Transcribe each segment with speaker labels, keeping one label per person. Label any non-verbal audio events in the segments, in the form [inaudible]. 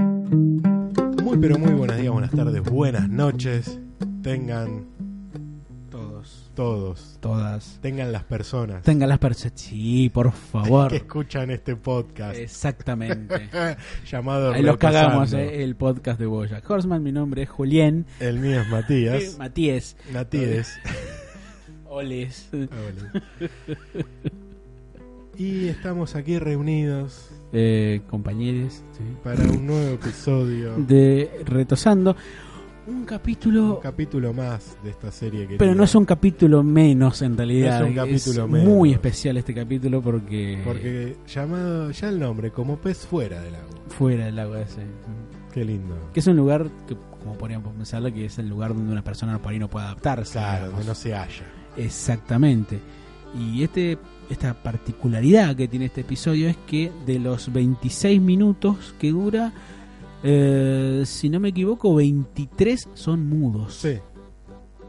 Speaker 1: Muy pero muy buenos días, buenas tardes, buenas noches. Tengan
Speaker 2: Todos.
Speaker 1: todos,
Speaker 2: Todas.
Speaker 1: tengan las personas
Speaker 2: Tengan las personas. Sí, por
Speaker 1: [laughs]
Speaker 2: favor.
Speaker 1: que escuchan este podcast [laughs]
Speaker 2: Exactamente.
Speaker 1: llamado
Speaker 2: Eh, Ahí los
Speaker 1: Repasando.
Speaker 2: cagamos, eh, el podcast de Boya. Horseman, mi nombre es Julián.
Speaker 1: El mío es Matías.
Speaker 2: Eh, Matías.
Speaker 1: Matías.
Speaker 2: Oles. [laughs]
Speaker 1: Hola. Y estamos aquí reunidos
Speaker 2: Eh, compañeros. sí.
Speaker 1: para un nuevo episodio, un
Speaker 2: De Retosando. Un capítulo.
Speaker 1: capítulo más de esta serie que
Speaker 2: pero no es un capítulo menos en realidad.
Speaker 1: No es un capítulo
Speaker 2: Es
Speaker 1: menos.
Speaker 2: Muy especial este capítulo porque.
Speaker 1: porque llamado ya el nombre como pez fuera del agua.
Speaker 2: Fuera del agua ese.
Speaker 1: Qué lindo.
Speaker 2: Que es un lugar que, como podríamos pensarlo, que es el lugar donde una persona por ahí no puede adaptarse.
Speaker 1: Claro,
Speaker 2: digamos.
Speaker 1: donde no se halla.
Speaker 2: Exactamente. Y este, esta particularidad que tiene este episodio es que de los 26 minutos que dura, eh, si no me equivoco, 23 son mudos.
Speaker 1: Sí,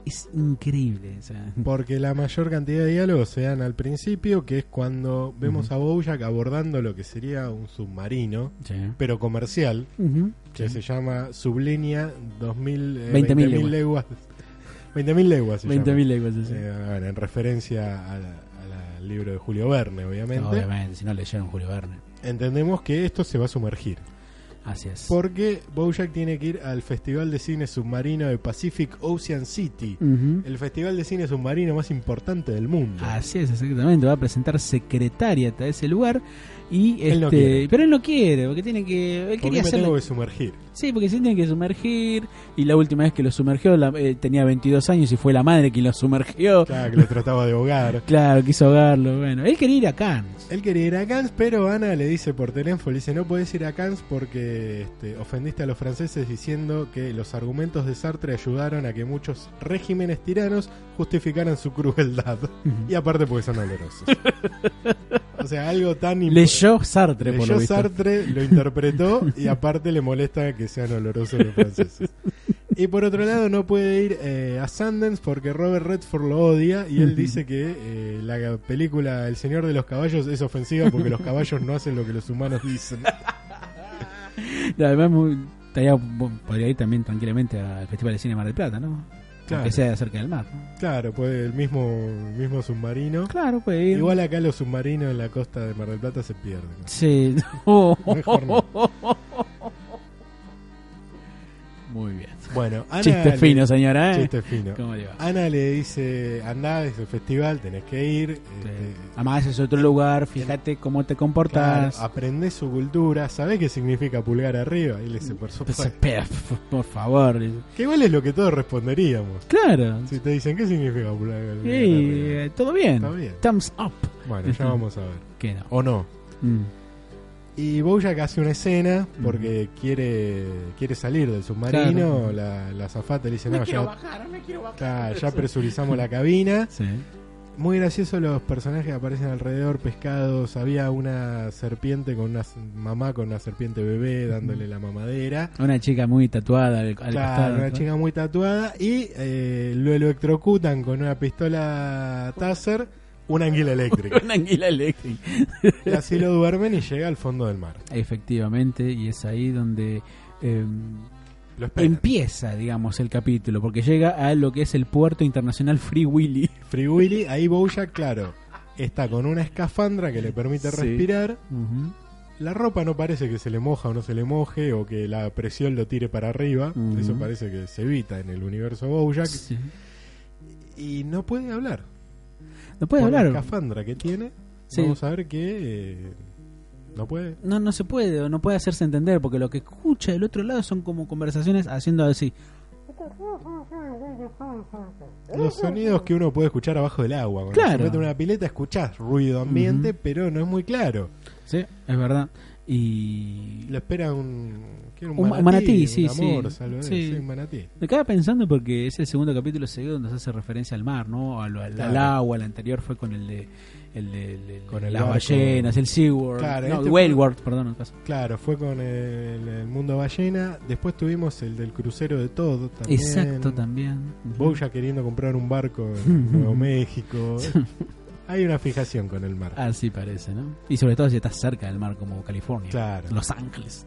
Speaker 2: Es increíble.
Speaker 1: [laughs]
Speaker 2: o sea,
Speaker 1: porque la mayor cantidad de diálogos se dan al principio, que es cuando vemos a Bojack abordando lo que sería un submarino, pero comercial,
Speaker 2: Ujú,
Speaker 1: que se llama Sublínea 2000, eh,
Speaker 2: 20.000
Speaker 1: 20.000 leguas. 20.000 leguas. [laughs] se llama.
Speaker 2: 20.000 lenguas. sí, sí.
Speaker 1: Eh, bueno, en referencia a la- a la- al libro de Julio Verne, obviamente.
Speaker 2: Obviamente, si no leyeron Julio Verne.
Speaker 1: Entendemos que esto se va a sumergir.
Speaker 2: Así es.
Speaker 1: Porque Bojack tiene que ir al Festival de Cine Submarino de Pacific Ocean City.
Speaker 2: Ujú.
Speaker 1: El festival de cine submarino más importante del mundo.
Speaker 2: Así es, exactamente. Va a presentar secretaria a ese lugar. Y este,
Speaker 1: Él no quiere.
Speaker 2: Pero él no quiere, porque tiene que. Él
Speaker 1: Porque
Speaker 2: quería
Speaker 1: me
Speaker 2: hacer la-
Speaker 1: tengo que sumergir.
Speaker 2: Sí, porque se tiene que sumergir. Y la última vez que lo sumergió la- eh, tenía 22 años y fue la madre quien lo sumergió. Claro,
Speaker 1: Claro, que lo trataba de ahogar.
Speaker 2: quiso ahogarlo. Bueno, él quería ir a Cannes.
Speaker 1: Él quería ir a Cannes, pero Ana le dice por teléfono, le dice, no puedes ir a Cannes porque este, ofendiste a los franceses diciendo que los argumentos de Sartre ayudaron a que muchos regímenes tiranos justificaran su crueldad. Y aparte porque son olorosos. o sea, algo tan imp-
Speaker 2: [laughs] Leyó Sartre, por
Speaker 1: Leyó
Speaker 2: lo visto.
Speaker 1: Sartre, lo
Speaker 2: [laughs]
Speaker 1: interpretó y aparte le molesta que sean olorosos los franceses. Y por otro lado no puede ir eh, a Sundance porque Robert Redford lo odia y él
Speaker 2: Ujú.
Speaker 1: dice que eh, la película El Señor de los Caballos es ofensiva porque los caballos no hacen lo que los humanos
Speaker 2: [laughs]
Speaker 1: dicen.
Speaker 2: Y Además, muy- estaría- bueno, podría ir también tranquilamente al Festival de Cine Mar del Plata, ¿no?
Speaker 1: Claro.
Speaker 2: Aunque sea cerca del mar. ¿no?
Speaker 1: Claro, puede el mismo, el mismo submarino.
Speaker 2: Claro, puede ir.
Speaker 1: Igual acá los submarinos en la costa de Mar del Plata se
Speaker 2: [laughs]
Speaker 1: pierden.
Speaker 2: Sí.
Speaker 1: [laughs]
Speaker 2: No.
Speaker 1: Mejor no.
Speaker 2: Muy bien.
Speaker 1: Bueno, Ana
Speaker 2: Chiste
Speaker 1: le-
Speaker 2: fino, señora. ¿eh?
Speaker 1: Chiste fino.
Speaker 2: ¿Cómo le va?
Speaker 1: Ana le dice, andá, es el festival, tenés que ir. este,
Speaker 2: Además, es otro lugar. Fíjate cómo te
Speaker 1: Claro,
Speaker 2: comportas.
Speaker 1: aprendés su cultura, sabés qué significa pulgar arriba. Y le dice, por
Speaker 2: Pues,
Speaker 1: supuesto.
Speaker 2: espera, [laughs] por favor.
Speaker 1: Que igual es lo que todos responderíamos.
Speaker 2: Claro.
Speaker 1: Si te dicen, ¿qué significa pulgar pulgar
Speaker 2: Sí,
Speaker 1: arriba?
Speaker 2: eh, todo bien.
Speaker 1: Está bien.
Speaker 2: Thumbs up.
Speaker 1: Bueno, ya vamos a ver.
Speaker 2: Que no.
Speaker 1: O no.
Speaker 2: Mm.
Speaker 1: Y Bojack hace una escena porque quiere quiere salir del submarino. La, la azafata le dice, no, ya,
Speaker 2: bajar, me quiero bajar.
Speaker 1: ya- ya presurizamos la cabina.
Speaker 2: Sí.
Speaker 1: Muy gracioso los personajes que aparecen alrededor, pescados. Había una serpiente con una s- mamá con una serpiente bebé dándole la mamadera.
Speaker 2: Una chica muy tatuada al, al
Speaker 1: Claro,
Speaker 2: costado,
Speaker 1: una
Speaker 2: ¿no?
Speaker 1: chica muy tatuada y eh, lo electrocutan con una pistola taser, una anguila
Speaker 2: [laughs]
Speaker 1: eléctrica.
Speaker 2: [laughs] Una anguila eléctrica.
Speaker 1: Y así lo duermen y llega al fondo del mar.
Speaker 2: Efectivamente, y es ahí donde eh,
Speaker 1: Lo esperan.
Speaker 2: empieza, digamos, el capítulo, porque llega a lo que es el puerto internacional Free Willy.
Speaker 1: Free Willy, ahí Bojack, claro, está con una escafandra que le permite
Speaker 2: Sí.
Speaker 1: respirar.
Speaker 2: Ujú.
Speaker 1: La ropa no parece que se le moja o no se le moje o que la presión lo tire para arriba.
Speaker 2: Ujú.
Speaker 1: Eso parece que se evita en el universo Bojack.
Speaker 2: [laughs] Sí.
Speaker 1: Y no puede hablar.
Speaker 2: No puede
Speaker 1: Por La
Speaker 2: hablar.
Speaker 1: escafandra que tiene,
Speaker 2: Sí.
Speaker 1: vamos a ver que eh, no puede.
Speaker 2: No, no se puede, o no puede hacerse entender, porque lo que escucha del otro lado son como conversaciones haciendo así.
Speaker 1: Los sonidos que uno puede escuchar abajo del agua. Cuando
Speaker 2: Claro.
Speaker 1: se mete en una pileta escuchás ruido ambiente,
Speaker 2: Ujú.
Speaker 1: pero no es muy claro.
Speaker 2: Sí, es verdad. Y
Speaker 1: Lo espera un, ¿qué era?
Speaker 2: Un
Speaker 1: manatí,
Speaker 2: manatí, sí,
Speaker 1: un amor,
Speaker 2: sí.
Speaker 1: salvaje,
Speaker 2: Sí.
Speaker 1: sí, un manatí.
Speaker 2: me quedaba pensando porque ese segundo capítulo se donde se hace referencia al mar, ¿no? Al, al- al
Speaker 1: Claro.
Speaker 2: agua, el anterior fue con el de, el de- el de-
Speaker 1: Con el
Speaker 2: las
Speaker 1: barco.
Speaker 2: ballenas, el Seaward,
Speaker 1: Claro,
Speaker 2: no,
Speaker 1: este fue-
Speaker 2: Whaleward, perdón, en el caso.
Speaker 1: Claro, fue con el, el mundo ballena. Después tuvimos el del crucero de todo también.
Speaker 2: Exacto, también. Ujú.
Speaker 1: Boya queriendo comprar un barco
Speaker 2: [laughs]
Speaker 1: en Nuevo México. Hay una fijación con el
Speaker 2: [laughs]
Speaker 1: mar.
Speaker 2: Así Ah, parece, ¿no? Y sobre todo si estás cerca del mar como California,
Speaker 1: Claro.
Speaker 2: Los Ángeles.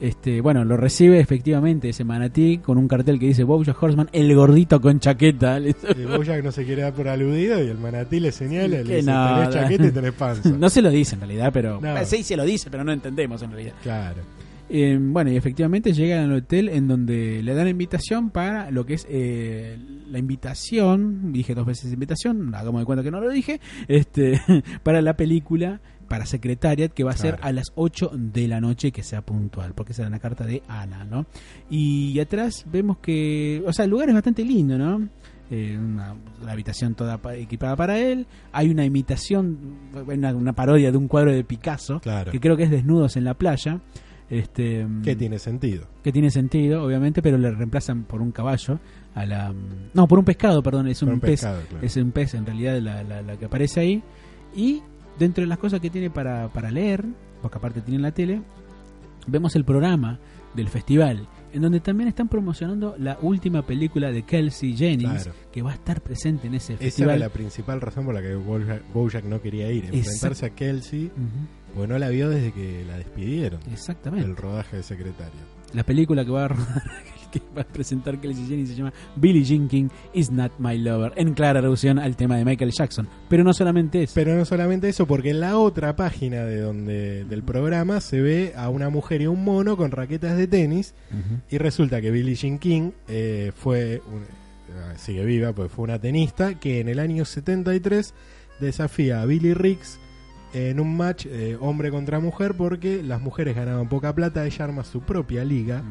Speaker 2: Este, bueno, lo recibe efectivamente ese manatí con un cartel que dice Bojack Horseman, el gordito con chaqueta. [laughs] Le dice.
Speaker 1: El Boya que no se quiere dar por aludido y el manatí le señala, y
Speaker 2: Que
Speaker 1: le dice,
Speaker 2: nada.
Speaker 1: tenés chaqueta y tenés panza.
Speaker 2: [laughs] No se lo dice en realidad, pero
Speaker 1: No.
Speaker 2: Eh, sí se lo dice, pero no entendemos en realidad.
Speaker 1: Claro.
Speaker 2: Eh, bueno, y efectivamente llegan al hotel en donde le dan invitación para lo que es eh, la invitación, dije dos veces invitación, hagamos de cuenta que no lo dije, este [laughs] para la película para Secretariat que va a ser
Speaker 1: Claro.
Speaker 2: a las 8 de la noche que sea puntual, porque será una carta de Ana, ¿no? Y atrás vemos que, o sea, el lugar es bastante lindo, ¿no? Eh, una, una habitación toda pa- equipada para él, hay una imitación, una, una parodia de un cuadro de Picasso,
Speaker 1: Claro.
Speaker 2: que creo que es Desnudos en la playa. Este,
Speaker 1: Que tiene sentido.
Speaker 2: que tiene sentido, obviamente, pero le reemplazan por un caballo a la... No, por un pescado, perdón, es un,
Speaker 1: Con
Speaker 2: pez.
Speaker 1: pescado, claro.
Speaker 2: Es un pez en realidad la, la- la que aparece ahí. Y dentro de las cosas que tiene para, para leer, porque aparte tiene la tele, vemos el programa del festival, en donde también están promocionando la última película de Kelsey Jennings,
Speaker 1: Claro.
Speaker 2: que va a estar presente en ese
Speaker 1: Esa era
Speaker 2: festival.
Speaker 1: la principal razón por la que Bojack, Bojack no quería ir,
Speaker 2: Exacto.
Speaker 1: enfrentarse a Kelsey,
Speaker 2: Ujú,
Speaker 1: porque no la vio desde que la despidieron
Speaker 2: Exactamente.
Speaker 1: del rodaje de secretario.
Speaker 2: La película que va a rodar, [laughs] que va a presentar Kelsey Jennings se llama Billie Jean King is not my lover, en clara reducción al tema de Michael Jackson. Pero no solamente eso.
Speaker 1: Pero no solamente eso, porque en la otra página de donde del programa se ve a una mujer y un mono con raquetas de tenis y resulta que Billie Jean King eh, fue un- eh, sigue viva, pues fue una tenista que en el año 73 desafía a Billy Riggs en un match eh, hombre contra mujer porque las mujeres ganaban poca plata, ella arma su propia liga,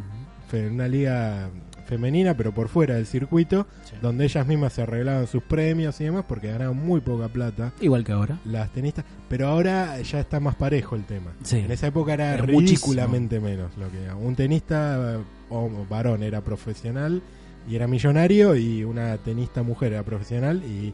Speaker 1: fe- una liga femenina pero por fuera del circuito,
Speaker 2: Sí.
Speaker 1: donde ellas mismas se arreglaban sus premios y demás porque ganaban muy poca plata
Speaker 2: Igual que ahora.
Speaker 1: las tenistas, pero ahora ya está más parejo el tema.
Speaker 2: Sí.
Speaker 1: En esa época era
Speaker 2: Es
Speaker 1: ridículamente menos lo que un tenista eh, hom- varón era profesional y era millonario y una tenista mujer era profesional y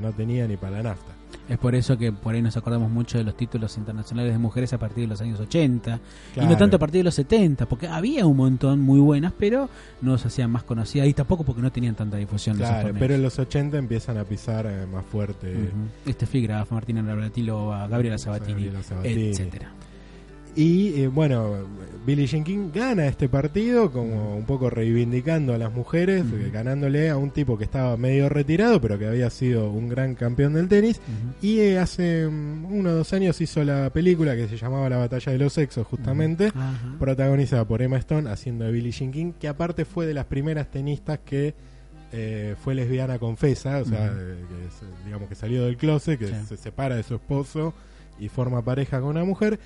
Speaker 1: no tenía ni para la nafta.
Speaker 2: Es por eso que por ahí nos acordamos mucho de los títulos internacionales de mujeres a partir de los años 80 y
Speaker 1: Claro.
Speaker 2: no tanto a partir de los 70, porque había un montón muy buenas, pero no se hacían más conocidas y tampoco porque no tenían tanta difusión. de esos
Speaker 1: Claro,
Speaker 2: torneos.
Speaker 1: pero en los 80 empiezan a pisar eh, más fuerte.
Speaker 2: Ujú. Este Figraf, Martina Navratilova, Gabriela Sabatini,
Speaker 1: Gabriela Sabatini.
Speaker 2: etcétera.
Speaker 1: Y eh, bueno, Billie Jean King gana este partido, como un poco reivindicando a las mujeres,
Speaker 2: Ujú.
Speaker 1: eh, ganándole a un tipo que estaba medio retirado, pero que había sido un gran campeón del tenis.
Speaker 2: Ujú.
Speaker 1: Y eh, hace mm, uno o dos años hizo la película que se llamaba La Batalla de los Sexos, justamente,
Speaker 2: Ajá.
Speaker 1: protagonizada por Emma Stone, haciendo de Billie Jean King, que aparte fue de las primeras tenistas que eh, fue lesbiana confesa, o sea,
Speaker 2: Ujú.
Speaker 1: eh, que se- digamos que salió del closet, que
Speaker 2: Sí.
Speaker 1: se separa de su esposo y forma pareja con una mujer.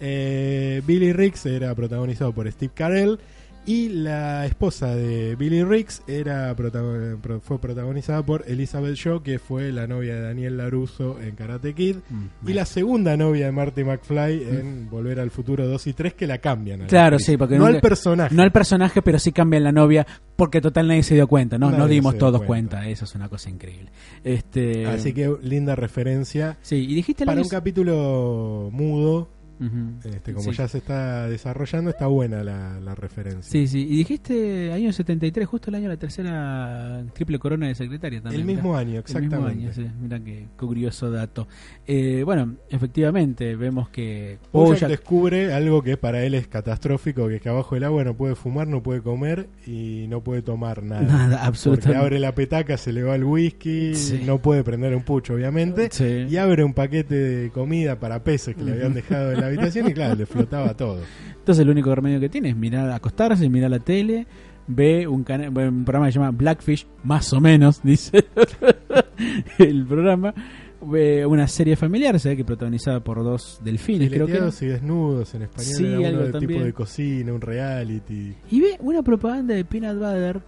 Speaker 1: Eh, Billy Riggs era protagonizado por Steve Carell y la esposa de Billy Riggs era protago- pro- fue protagonizada por Elizabeth Shaw, que fue la novia de Daniel Laruso en Karate Kid.
Speaker 2: Mm.
Speaker 1: Y la segunda novia de Marty McFly en Volver al Futuro 2 y 3 que la cambian. a la
Speaker 2: Claro,
Speaker 1: actriz.
Speaker 2: sí, porque
Speaker 1: no
Speaker 2: nunca-
Speaker 1: al personaje.
Speaker 2: No al personaje, pero sí cambian la novia, porque total nadie se dio cuenta, ¿no? no
Speaker 1: Nadie
Speaker 2: dimos
Speaker 1: se dio
Speaker 2: todos
Speaker 1: cuenta.
Speaker 2: cuenta. eso es una cosa increíble. Este,
Speaker 1: Así que linda referencia
Speaker 2: Sí, y dijiste la
Speaker 1: para un
Speaker 2: news-
Speaker 1: capítulo mudo.
Speaker 2: Ujú.
Speaker 1: Este, como
Speaker 2: Sí.
Speaker 1: ya se está desarrollando, está buena la, la referencia.
Speaker 2: Sí, sí, y dijiste año 73, justo el año de la tercera triple corona de secretaria también.
Speaker 1: el
Speaker 2: mirá.
Speaker 1: mismo año,
Speaker 2: El mismo
Speaker 1: exactamente.
Speaker 2: año, sí. Mirá qué curioso dato. Eh, bueno, efectivamente, vemos que
Speaker 1: Bojack
Speaker 2: Bojack-
Speaker 1: descubre algo que para él es catastrófico, que es que abajo del agua no puede fumar, no puede comer y no puede tomar nada.
Speaker 2: [laughs] Nada,
Speaker 1: Porque
Speaker 2: absolutamente.
Speaker 1: abre la petaca, se le va el whisky,
Speaker 2: Sí.
Speaker 1: no puede prender un pucho, obviamente.
Speaker 2: Sí.
Speaker 1: y abre un paquete de comida para peces que le habían dejado en la habitación y claro, le flotaba
Speaker 2: [laughs]
Speaker 1: todo.
Speaker 2: Entonces el único remedio que tiene es mirar, acostarse, mirar la tele, ve un, cana- ve un programa que se llama Blackfish, más o menos, [laughs] dice el programa, ve una serie familiar, se ve que protagonizada por dos delfines, creo que. era.
Speaker 1: Fileteados y desnudos en español
Speaker 2: Sí,
Speaker 1: era uno
Speaker 2: algo
Speaker 1: de tipo
Speaker 2: también.
Speaker 1: de cocina, un reality.
Speaker 2: Y ve una propaganda de Peanut Butter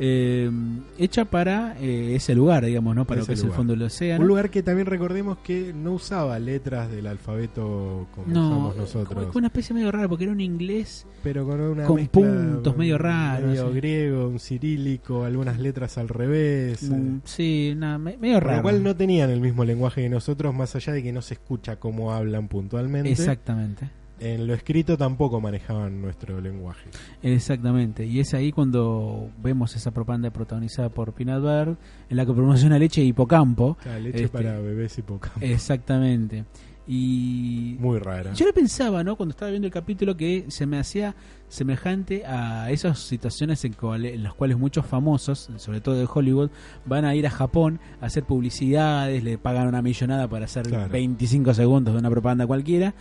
Speaker 2: eh, hecha para eh, ese lugar, digamos, ¿no? Para lo
Speaker 1: Ese
Speaker 2: que es el
Speaker 1: lugar.
Speaker 2: fondo del océano.
Speaker 1: Un lugar que también recordemos que no usaba letras del alfabeto como
Speaker 2: no,
Speaker 1: usamos
Speaker 2: como-
Speaker 1: nosotros.
Speaker 2: como una especie medio rara, porque era un inglés
Speaker 1: pero con una
Speaker 2: con
Speaker 1: mezcla,
Speaker 2: puntos medio raros,
Speaker 1: medio
Speaker 2: sí.
Speaker 1: griego, un cirílico, algunas letras al revés.
Speaker 2: Mm,
Speaker 1: eh.
Speaker 2: Sí, nada, me- medio
Speaker 1: Por
Speaker 2: raro.
Speaker 1: lo cual no tenían el mismo lenguaje que nosotros, más allá de que no se escucha cómo hablan puntualmente.
Speaker 2: Exactamente,
Speaker 1: En lo escrito tampoco manejaban nuestro lenguaje.
Speaker 2: exactamente. Y es ahí cuando vemos esa propaganda protagonizada por Peanut Bird, en la que promociona leche de hipocampo.
Speaker 1: O sea, leche
Speaker 2: Este.
Speaker 1: para bebés hipocampo.
Speaker 2: Exactamente. Y
Speaker 1: Muy rara.
Speaker 2: yo lo pensaba, ¿no? Cuando estaba viendo el capítulo, que se me hacía semejante a esas situaciones en, cuales- en las cuales muchos famosos, sobre todo de Hollywood, van a ir a Japón a hacer publicidades, le pagan una millonada para hacer
Speaker 1: Claro.
Speaker 2: 25 segundos de una propaganda cualquiera.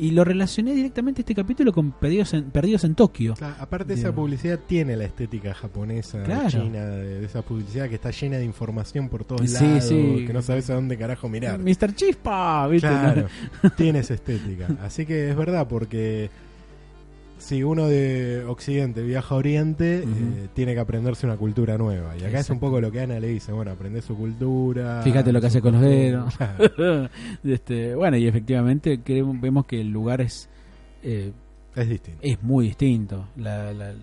Speaker 2: Y lo relacioné directamente este capítulo con Perdidos en, Perdidos en Tokio.
Speaker 1: Claro, aparte esa
Speaker 2: Digamos.
Speaker 1: publicidad tiene la estética japonesa,
Speaker 2: Claro.
Speaker 1: china, de, de esa publicidad que está llena de información por todos
Speaker 2: Sí,
Speaker 1: lados,
Speaker 2: sí.
Speaker 1: que no sabes a dónde carajo mirar.
Speaker 2: Mr. Chispa, ¿viste? [laughs]
Speaker 1: Claro, tiene esa estética. Así que es verdad, porque si uno de Occidente viaja a Oriente,
Speaker 2: Ujú.
Speaker 1: eh, tiene que aprenderse una cultura nueva. Y acá es un
Speaker 2: Exacto.
Speaker 1: poco lo que Ana le dice, bueno, aprende su cultura.
Speaker 2: Fíjate lo que
Speaker 1: su
Speaker 2: hace con los
Speaker 1: costumbre.
Speaker 2: dedos.
Speaker 1: Claro.
Speaker 2: este, bueno, y efectivamente cre- vemos que el lugar es, eh,
Speaker 1: Es distinto.
Speaker 2: es muy distinto. La- la-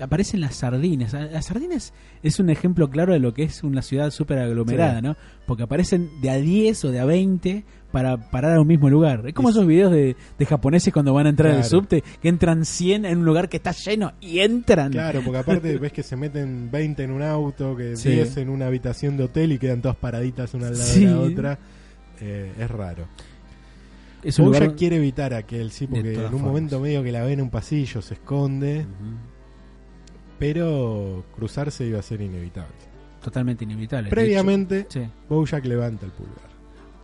Speaker 2: aparecen las sardinas. Ah, Las sardinas es un ejemplo claro de lo que es una ciudad súper aglomerada, ¿no? Porque aparecen de a 10 o de a 20 para parar a un mismo lugar. Es como
Speaker 1: Y-
Speaker 2: esos videos de, de japoneses cuando van a entrar al
Speaker 1: Claro.
Speaker 2: subte, que entran 100 en un lugar que está lleno y [laughs] entran.
Speaker 1: Claro, porque aparte ves que se meten 20 en un auto, que
Speaker 2: Sí.
Speaker 1: 10 en una habitación de hotel y quedan todas paraditas una al lado
Speaker 2: Sí.
Speaker 1: de la otra. Eh, es raro.
Speaker 2: Es un
Speaker 1: Bojack
Speaker 2: lugar...
Speaker 1: quiere evitar a que el sí,
Speaker 2: De
Speaker 1: porque en un
Speaker 2: todas
Speaker 1: momento
Speaker 2: formas.
Speaker 1: medio que la ve en un pasillo, se esconde,
Speaker 2: Ujú.
Speaker 1: pero cruzarse iba a ser inevitable.
Speaker 2: Totalmente inevitable. de
Speaker 1: Previamente,
Speaker 2: hecho. Sí.
Speaker 1: Bojack levanta el pulgar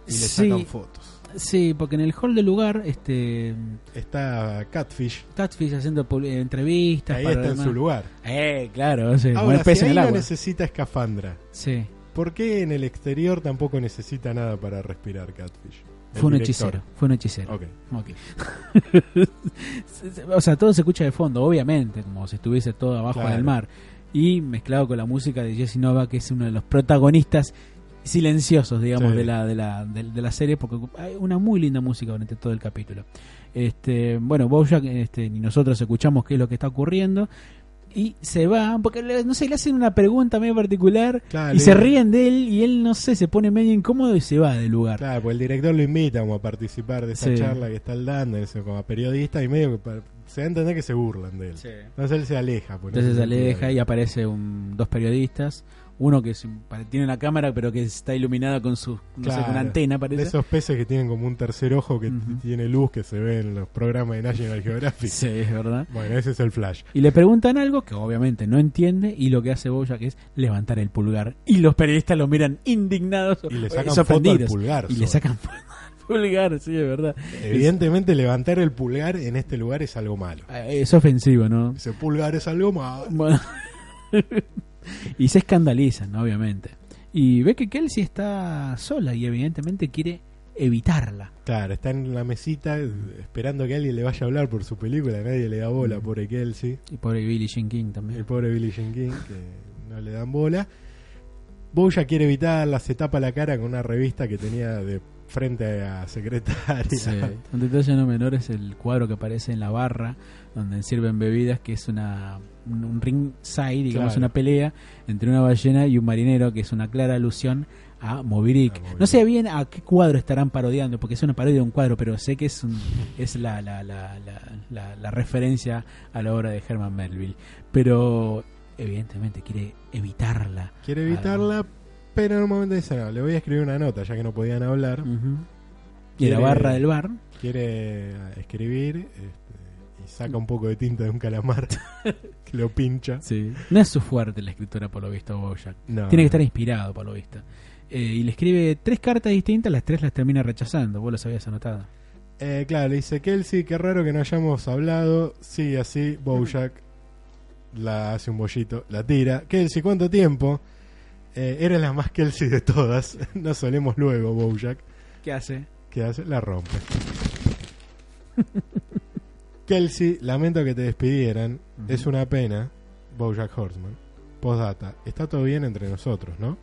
Speaker 1: y le
Speaker 2: Sí.
Speaker 1: sacan fotos.
Speaker 2: Sí, porque en el hall del lugar, este,
Speaker 1: Está Catfish,
Speaker 2: Catfish haciendo publi- eh, entrevistas.
Speaker 1: ahí
Speaker 2: para
Speaker 1: está en
Speaker 2: demás.
Speaker 1: su lugar.
Speaker 2: Eh, claro, sí, como
Speaker 1: Ahora,
Speaker 2: el pez
Speaker 1: si
Speaker 2: en
Speaker 1: ahí
Speaker 2: el
Speaker 1: no
Speaker 2: agua.
Speaker 1: necesita escafandra,
Speaker 2: Sí,
Speaker 1: ¿por qué en el exterior tampoco necesita nada para respirar Catfish? El
Speaker 2: fue un
Speaker 1: director.
Speaker 2: hechicero, fue un hechicero.
Speaker 1: Ok.
Speaker 2: Ok. [laughs] o sea, todo se escucha de fondo, obviamente, como si estuviese todo abajo
Speaker 1: Claro.
Speaker 2: del mar. Y mezclado con la música de Jesse Nova, que es uno de los protagonistas silenciosos, digamos,
Speaker 1: Sí.
Speaker 2: de, la, de, la, de, de la serie, porque hay una muy linda música durante todo el capítulo. Este, bueno, Bojack, este, ni nosotros escuchamos qué es lo que está ocurriendo. Y se va, porque le- no sé, le hacen una pregunta medio particular
Speaker 1: Claro,
Speaker 2: y
Speaker 1: le-
Speaker 2: se ríen de él y él, no sé, se pone medio incómodo y se va del lugar.
Speaker 1: Claro, pues el director lo invita como a participar de esa
Speaker 2: Sí.
Speaker 1: charla que está él dando, eso, como a periodista, y medio que pa- se da a entender que se burlan de él. Entonces él se aleja. pues, no
Speaker 2: Entonces se
Speaker 1: sentido.
Speaker 2: aleja y aparece un, dos periodistas. Uno que es un- pare- tiene una cámara, pero que está iluminada con su no sé, con
Speaker 1: Claro.
Speaker 2: antena,
Speaker 1: De
Speaker 2: parece.
Speaker 1: esos peces que tienen como un tercer ojo que t-
Speaker 2: Ujú.
Speaker 1: tiene luz que se ve en los programas de
Speaker 2: [laughs]
Speaker 1: National Geographic.
Speaker 2: Sí, es verdad.
Speaker 1: Bueno, ese es el flash.
Speaker 2: Y le preguntan algo que obviamente no entiende. Y lo que hace Bojack es levantar el pulgar. Y los periodistas lo miran indignados
Speaker 1: Y le
Speaker 2: eh,
Speaker 1: sacan foto al
Speaker 2: sorprendidos.
Speaker 1: pulgar.
Speaker 2: Y le
Speaker 1: sobre.
Speaker 2: sacan foto al pulgar, sí, es verdad.
Speaker 1: Evidentemente levantar el pulgar en este lugar es algo malo.
Speaker 2: Eh, Es ofensivo, ¿no?
Speaker 1: Ese pulgar es algo malo.
Speaker 2: Bueno. [laughs] y se escandalizan, obviamente. Y ve que Kelsey está sola y evidentemente quiere evitarla.
Speaker 1: Claro, está en la mesita eh, esperando que alguien le vaya a hablar por su película. Nadie le da bola,
Speaker 2: Mm.
Speaker 1: pobre Kelsey.
Speaker 2: Y pobre Billy Jean King también.
Speaker 1: El pobre Billy Jean King, que no le dan bola. Boya quiere evitarla, se tapa la cara con una revista que tenía de frente a [laughs] secretaria.
Speaker 2: Sí. Un detalle no menor es el cuadro que aparece en la barra donde sirven bebidas, que es una un, un ring side, digamos,
Speaker 1: Claro.
Speaker 2: una pelea entre una ballena y un marinero, que es una clara alusión a Moby Dick.
Speaker 1: A Moby
Speaker 2: no sé
Speaker 1: Dick.
Speaker 2: bien a qué cuadro estarán parodiando, porque es una parodia de un cuadro, pero sé que es un-
Speaker 1: [laughs]
Speaker 2: es la, la, la, la, la- la referencia a la obra de Herman Melville. Pero evidentemente quiere evitarla.
Speaker 1: Quiere evitarla, pero en un momento dice, no, le voy a escribir una nota, ya que no podían hablar.
Speaker 2: Ujú. Y
Speaker 1: Quiere-
Speaker 2: la barra del bar.
Speaker 1: Quiere eh, escribir este, y saca un poco de tinta de un
Speaker 2: [laughs]
Speaker 1: calamar, que lo pincha.
Speaker 2: No es su fuerte la escritura, por lo visto, Bojack.
Speaker 1: No.
Speaker 2: Tiene que estar inspirado, por lo visto. Eh, y le escribe tres cartas distintas, las tres las termina rechazando. Vos las habías anotado.
Speaker 1: Eh, claro, le dice Kelsey, qué raro que no hayamos hablado. Sigue así, Bojack la hace un bollito, la tira. Kelsey, ¿cuánto tiempo? Eh, era la más Kelsey de todas. [laughs] No solemos luego, Bojack.
Speaker 2: ¿Qué hace?
Speaker 1: ¿Qué hace? La
Speaker 2: [laughs]
Speaker 1: rompe. Kelsey, lamento que te despidieran.
Speaker 2: Ujú.
Speaker 1: Es una pena, Bojack Horseman. Postdata, está todo bien entre nosotros,
Speaker 2: [laughs]
Speaker 1: ¿no?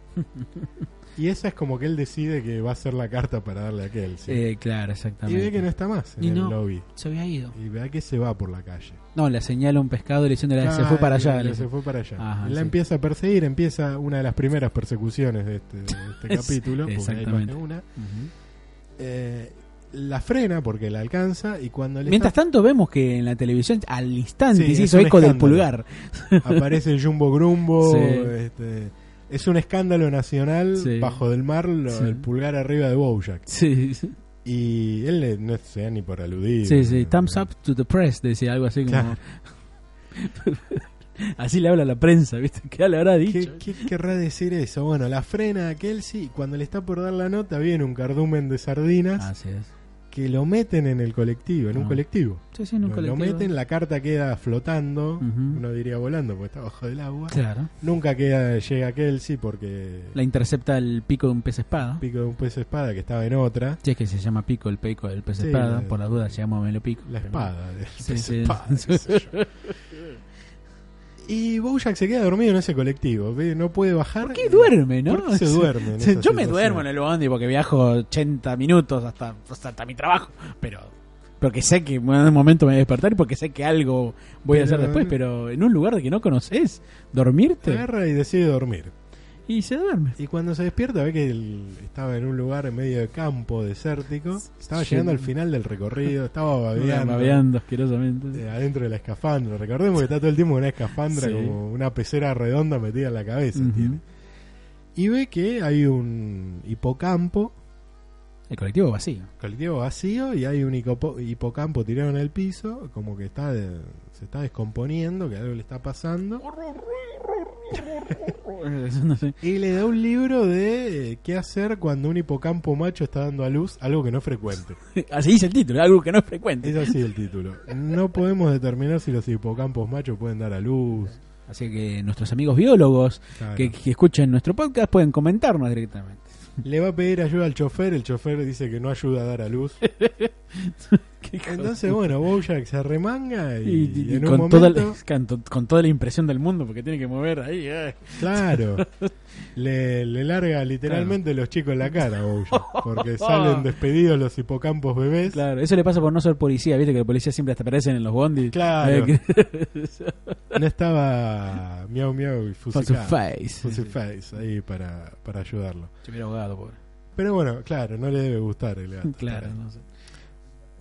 Speaker 1: y esa es como que él decide que va a ser la carta para darle a aquel. ¿sí?
Speaker 2: Eh,
Speaker 1: y
Speaker 2: claro, exactamente.
Speaker 1: ve que no está más en
Speaker 2: Y
Speaker 1: el
Speaker 2: no.
Speaker 1: lobby.
Speaker 2: Se había ido.
Speaker 1: Y vea que se va por la calle.
Speaker 2: No, la señala un pescado diciéndole se fue para
Speaker 1: Ah,
Speaker 2: allá.
Speaker 1: claro,
Speaker 2: le
Speaker 1: Se
Speaker 2: dice.
Speaker 1: fue para allá.
Speaker 2: Ajá,
Speaker 1: Él la
Speaker 2: sí.
Speaker 1: empieza a perseguir, empieza una de las primeras persecuciones de este, de este
Speaker 2: [laughs] Es-
Speaker 1: capítulo, porque hay más
Speaker 2: exactamente.
Speaker 1: de una.
Speaker 2: Ujú.
Speaker 1: Eh, la frena porque la alcanza y cuando le
Speaker 2: Mientras tanto vemos que en la televisión al instante
Speaker 1: Sí,
Speaker 2: se
Speaker 1: es
Speaker 2: hizo
Speaker 1: un
Speaker 2: eco del
Speaker 1: escándalo.
Speaker 2: pulgar.
Speaker 1: está- aparece el Jumbo Grumbo,
Speaker 2: [laughs] Sí.
Speaker 1: este, es un escándalo nacional
Speaker 2: Sí.
Speaker 1: bajo del mar, lo-
Speaker 2: Sí.
Speaker 1: el pulgar arriba de Bojack.
Speaker 2: Sí, sí,
Speaker 1: Y él le- no se da ni por aludir. eh,
Speaker 2: sí, sí, thumbs up to the press, decía algo así como...
Speaker 1: Claro.
Speaker 2: [laughs] así le habla la prensa, ¿viste? ¿Qué le habrá dicho?
Speaker 1: ¿Qué, qué querrá decir eso? Bueno, la frena a Kelsey y cuando le está por dar la nota viene un cardumen de sardinas
Speaker 2: Así es.
Speaker 1: que lo meten en el colectivo, en un
Speaker 2: Ah.
Speaker 1: colectivo.
Speaker 2: Sí, sí, en un
Speaker 1: lo, lo
Speaker 2: colectivo.
Speaker 1: meten, la carta queda flotando,
Speaker 2: Ujú.
Speaker 1: uno diría volando porque está bajo del agua.
Speaker 2: Claro.
Speaker 1: Nunca queda, llega Kelsey porque
Speaker 2: La intercepta el pico de un pez espada.
Speaker 1: pico de un pez espada que estaba en otra,
Speaker 2: Si es que se llama pico el pico del pez
Speaker 1: Sí,
Speaker 2: espada,
Speaker 1: la-
Speaker 2: por la duda se llama melo pico.
Speaker 1: la
Speaker 2: pero-
Speaker 1: espada del
Speaker 2: Sí,
Speaker 1: pez
Speaker 2: sí.
Speaker 1: espada, qué sé
Speaker 2: [laughs]
Speaker 1: yo. Y Bojack se queda dormido en ese colectivo, ve, no puede bajar.
Speaker 2: ¿Por qué duerme, no?
Speaker 1: ¿Por qué se duerme
Speaker 2: [laughs]
Speaker 1: en
Speaker 2: Sí,
Speaker 1: esa
Speaker 2: Yo me
Speaker 1: situación?
Speaker 2: duermo en el bondi porque viajo 80 minutos hasta, hasta, hasta mi trabajo, pero porque sé que en un momento me voy a despertar y porque sé que algo voy a hacer
Speaker 1: Pero-
Speaker 2: después, pero en un lugar que no conoces, dormirte
Speaker 1: Agarra y decide dormir.
Speaker 2: y se duerme.
Speaker 1: Y cuando se despierta ve que él estaba en un lugar en medio de campo desértico. Estaba
Speaker 2: Sí.
Speaker 1: llegando al final del recorrido, estaba babeando.
Speaker 2: Babeando asquerosamente.
Speaker 1: eh, adentro de la escafandra. Recordemos que está todo el tiempo en una escafandra
Speaker 2: Sí.
Speaker 1: como una pecera redonda metida en la cabeza.
Speaker 2: Ujú.
Speaker 1: tiene. Y ve que hay un hipocampo,
Speaker 2: El colectivo vacío. [laughs]
Speaker 1: colectivo vacío, y hay un hicopo- hipocampo tirado en el piso, como que está de- se está descomponiendo, que algo le está pasando.
Speaker 2: No sé.
Speaker 1: Y le da un libro de eh, qué hacer cuando un hipocampo macho está dando a luz algo que no es frecuente.
Speaker 2: Así dice el título, algo que no es frecuente.
Speaker 1: Es así el título. No podemos determinar si los hipocampos machos pueden dar a luz.
Speaker 2: Así que nuestros amigos biólogos
Speaker 1: Claro.
Speaker 2: que, que escuchen nuestro podcast pueden
Speaker 1: [laughs]
Speaker 2: comentarnos directamente.
Speaker 1: Le va a pedir ayuda al chofer, el chofer dice que no ayuda a dar a
Speaker 2: [laughs]
Speaker 1: luz.
Speaker 2: Qué hijo de
Speaker 1: Entonces, bueno, Bojack se arremanga y,
Speaker 2: Y, y-
Speaker 1: en
Speaker 2: y
Speaker 1: un
Speaker 2: con,
Speaker 1: momento,
Speaker 2: toda la, [laughs] con- con toda la impresión del mundo, porque tiene que mover ahí. eh.
Speaker 1: claro, le, le larga literalmente los chicos en la cara a Bojack,
Speaker 2: [laughs]
Speaker 1: porque salen despedidos los hipocampos bebés.
Speaker 2: Claro, eso le pasa por no ser policía, viste que los policías siempre hasta aparecen en los bondis.
Speaker 1: Claro. [laughs]
Speaker 2: Eh, que-
Speaker 1: No estaba miau miau y
Speaker 2: con su
Speaker 1: fusicado.
Speaker 2: face.
Speaker 1: Fusiface ahí para, para ayudarlo.
Speaker 2: Yo hubiera ahogado, pobre.
Speaker 1: Pero bueno, claro, no le debe gustar el gato.
Speaker 2: Claro, no sé.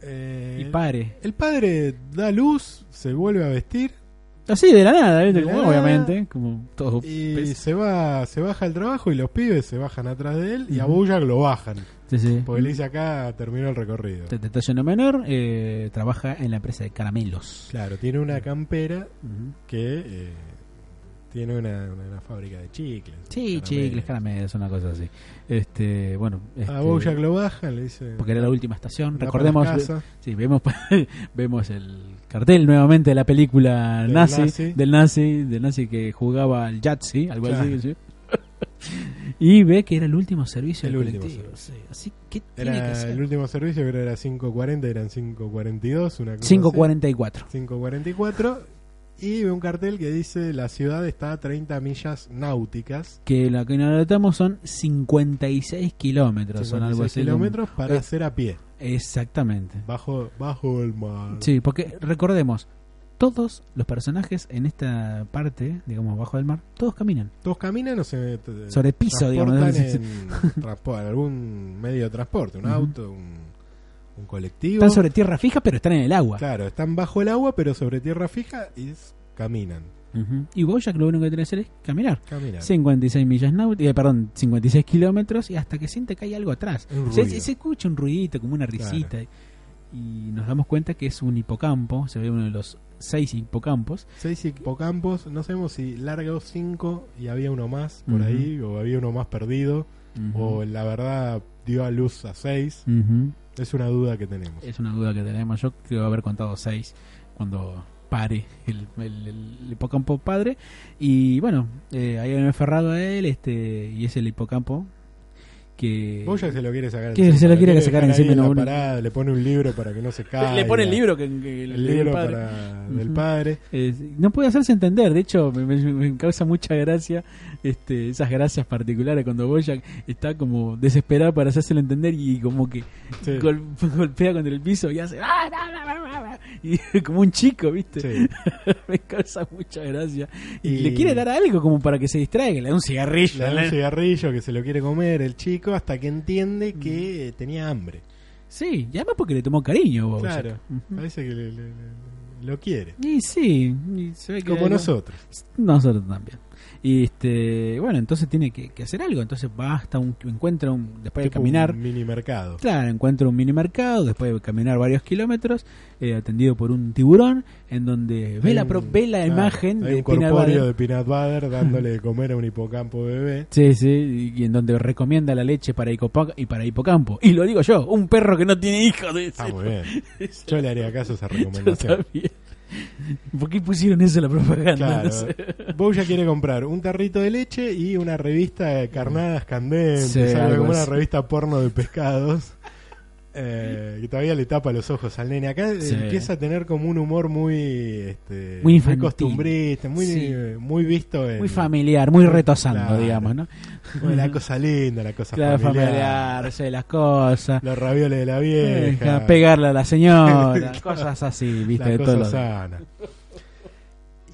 Speaker 1: Eh,
Speaker 2: Y pare.
Speaker 1: el padre da luz, se vuelve a vestir
Speaker 2: Así, de la nada, ¿viste?
Speaker 1: De la
Speaker 2: Como,
Speaker 1: nada.
Speaker 2: obviamente, como todo.
Speaker 1: Y
Speaker 2: pez.
Speaker 1: se va, se baja al trabajo y los pibes se bajan atrás de él y a
Speaker 2: Ujú.
Speaker 1: Bojack lo bajan.
Speaker 2: Sí, sí.
Speaker 1: Porque le dice acá terminó el recorrido.
Speaker 2: Este detalle no menor, eh, trabaja en la empresa de caramelos.
Speaker 1: Claro, tiene una campera
Speaker 2: Ujú.
Speaker 1: que eh, tiene una, una- una fábrica de chicles.
Speaker 2: Sí,
Speaker 1: caramelos.
Speaker 2: chicles, caramelos, una cosa así. Este, bueno,
Speaker 1: A
Speaker 2: este,
Speaker 1: Bojack lo bajan, le dice.
Speaker 2: porque era la última estación.
Speaker 1: "Anda
Speaker 2: Recordemos,
Speaker 1: para las casas".
Speaker 2: Sí, vemos, [laughs] vemos el cartel nuevamente de la película
Speaker 1: Del
Speaker 2: nazi,
Speaker 1: nazi.
Speaker 2: del nazi, del nazi que jugaba al Yatsi, algo
Speaker 1: Claro.
Speaker 2: así. ¿sí? [laughs] y ve que era el último servicio
Speaker 1: El
Speaker 2: del
Speaker 1: último
Speaker 2: colectivo. sí. Así que tiene que
Speaker 1: Era el
Speaker 2: ser.
Speaker 1: último servicio que era 5.40, eran 5.42, una cosa
Speaker 2: 544.
Speaker 1: así. 5.44. Y ve un cartel que dice la ciudad está a 30 millas náuticas.
Speaker 2: Que la que nos notamos son 56 kilómetros, son algo
Speaker 1: 56
Speaker 2: así. como-
Speaker 1: kilómetros para
Speaker 2: Eh,
Speaker 1: hacer a pie.
Speaker 2: Exactamente.
Speaker 1: Bajo, bajo el mar.
Speaker 2: Sí, porque recordemos, todos los personajes en esta parte, digamos, bajo del mar, todos caminan.
Speaker 1: Todos caminan o se te-
Speaker 2: Sobre piso,
Speaker 1: transportan
Speaker 2: digamos.
Speaker 1: en transpo- en algún medio de transporte, un
Speaker 2: Ujú.
Speaker 1: auto, un, un colectivo.
Speaker 2: Están sobre tierra fija, pero están en el agua.
Speaker 1: Claro, están bajo el agua, pero sobre tierra fija y s- caminan.
Speaker 2: Ujú. Y Bojack lo único que tiene que hacer es caminar.
Speaker 1: Caminan.
Speaker 2: 56 millas náuticas, eh, perdón, 56 kilómetros y hasta que siente que hay algo atrás.
Speaker 1: Un
Speaker 2: Se,
Speaker 1: ruido.
Speaker 2: se escucha un ruidito, como una
Speaker 1: Claro.
Speaker 2: risita. Y nos damos cuenta que es un hipocampo, se ve uno de los seis hipocampos.
Speaker 1: Seis hipocampos, no sabemos si larga o cinco y había uno más por
Speaker 2: Ujú.
Speaker 1: ahí, o había uno más perdido, o la verdad dio a luz a seis.
Speaker 2: Ujú.
Speaker 1: Es una duda que tenemos.
Speaker 2: Es una duda que tenemos. Yo creo haber contado seis cuando pare el, el- el hipocampo padre. Y bueno, eh, ahí me aferrado a él este y es el hipocampo que
Speaker 1: Boya se lo quiere sacar
Speaker 2: Que se lo quiere
Speaker 1: dejar
Speaker 2: sacar
Speaker 1: ahí
Speaker 2: encima,
Speaker 1: en la
Speaker 2: no, uno.
Speaker 1: parada, le pone un libro para que no
Speaker 2: [laughs]
Speaker 1: se caiga.
Speaker 3: Le pone el libro que, que-
Speaker 1: El,
Speaker 3: que el
Speaker 1: libro
Speaker 3: padre.
Speaker 1: para- del
Speaker 2: Ujú.
Speaker 1: padre.
Speaker 2: Eh, no puede hacerse entender, de hecho me, me- me causa mucha gracia este, esas gracias particulares cuando Bojack está como desesperado para hacérselo entender y como que
Speaker 1: Sí.
Speaker 2: gol- [laughs] golpea contra el piso y hace "Ah, bla, bla, bla, bla, bla", y [laughs] como un chico, ¿viste? [laughs]
Speaker 1: Sí.
Speaker 2: me causa mucha gracia. Y,
Speaker 1: Y-
Speaker 2: le quiere dar algo como para que se distraiga, le da un cigarrillo.
Speaker 1: Le da un
Speaker 2: ¿no?
Speaker 1: cigarrillo que se lo quiere comer el chico hasta que entiende que eh, tenía hambre.
Speaker 2: Sí, y además porque le tomó cariño Bojack.
Speaker 1: Claro,
Speaker 2: Oh, Ujú.
Speaker 1: parece que le- le- le- lo quiere.
Speaker 2: Y sí, y se ve que
Speaker 1: Como
Speaker 2: algo-
Speaker 1: nosotros.
Speaker 2: Nosotros también. Y este, bueno, entonces tiene que, que hacer algo. Entonces va hasta un. Encuentra un. Después de
Speaker 1: Tipo
Speaker 2: caminar.
Speaker 1: Un mini mercado.
Speaker 2: Claro, encuentra un mini mercado. Después de caminar varios kilómetros. eh, atendido por un tiburón. En donde ve
Speaker 1: Hay
Speaker 2: la,
Speaker 1: un-
Speaker 2: pro- ve la
Speaker 1: claro,
Speaker 2: imagen
Speaker 1: hay
Speaker 2: de
Speaker 1: un
Speaker 2: Peanut
Speaker 1: corpóreo
Speaker 2: Butter.
Speaker 1: de Peanut
Speaker 2: [laughs]
Speaker 1: Butter dándole de comer a un hipocampo bebé.
Speaker 2: Sí, sí, y en donde recomienda la leche para, hipopa- y para hipocampo. Y lo digo yo, un perro que no tiene hijos. dice.
Speaker 1: Ah, muy
Speaker 2: [laughs]
Speaker 1: bien. Yo le haría caso a esa
Speaker 2: Yo
Speaker 1: recomendación.
Speaker 2: también. ¿Por qué pusieron eso en la propaganda?
Speaker 1: Claro.
Speaker 2: No sé.
Speaker 1: Bouya quiere comprar un tarrito de leche y una revista de carnadas candentes,
Speaker 2: Sí,
Speaker 1: algo
Speaker 2: algo
Speaker 1: como una
Speaker 2: así.
Speaker 1: revista porno de pescados. eh, que todavía le tapa los ojos al nene. Acá eh,
Speaker 2: Sí.
Speaker 1: empieza a tener como un humor muy este,
Speaker 2: Muy infantil.
Speaker 1: costumbrista, muy,
Speaker 2: Sí.
Speaker 1: muy visto en
Speaker 2: Muy familiar, muy retosando,
Speaker 1: eh, Claro.
Speaker 2: digamos, ¿no?
Speaker 1: la cosa linda, la cosa
Speaker 2: Claro,
Speaker 1: familiar,
Speaker 2: familiarizarse las cosas.
Speaker 1: los ravioles de la vieja,
Speaker 2: eh, Pegarle a
Speaker 1: [laughs]
Speaker 2: la señora,
Speaker 1: Claro.
Speaker 2: cosas así, viste,
Speaker 1: la
Speaker 2: de
Speaker 1: cosa
Speaker 2: todo. lo-
Speaker 1: sana.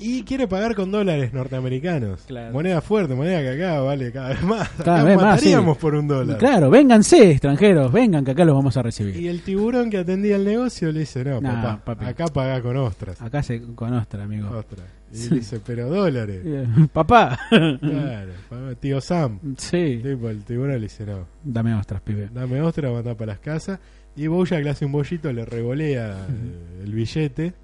Speaker 1: Y quiere pagar con dólares norteamericanos.
Speaker 2: Claro.
Speaker 1: Moneda fuerte, moneda que acá vale cada vez más.
Speaker 2: Cada
Speaker 1: acá
Speaker 2: vez más,
Speaker 1: mataríamos
Speaker 2: sí.
Speaker 1: por un dólar.
Speaker 2: Claro, vénganse, extranjeros, vengan que acá los vamos a recibir.
Speaker 1: Y el tiburón que atendía el negocio le dice, no,
Speaker 2: No,
Speaker 1: papá,
Speaker 2: papi. Ah,
Speaker 1: acá pagá con ostras.
Speaker 2: Acá se con ostra, amigo.
Speaker 1: ostras. Y le dice, pero dólares.
Speaker 2: Eh, [laughs] Papá,
Speaker 1: claro, papá, tío Sam.
Speaker 2: sí,
Speaker 1: Tipo, el tiburón le dice, no,
Speaker 2: dame ostras, pibe.
Speaker 1: dame ostras, mandá para las casas. Y Boya le hace un bollito, le revolea eh, el billete.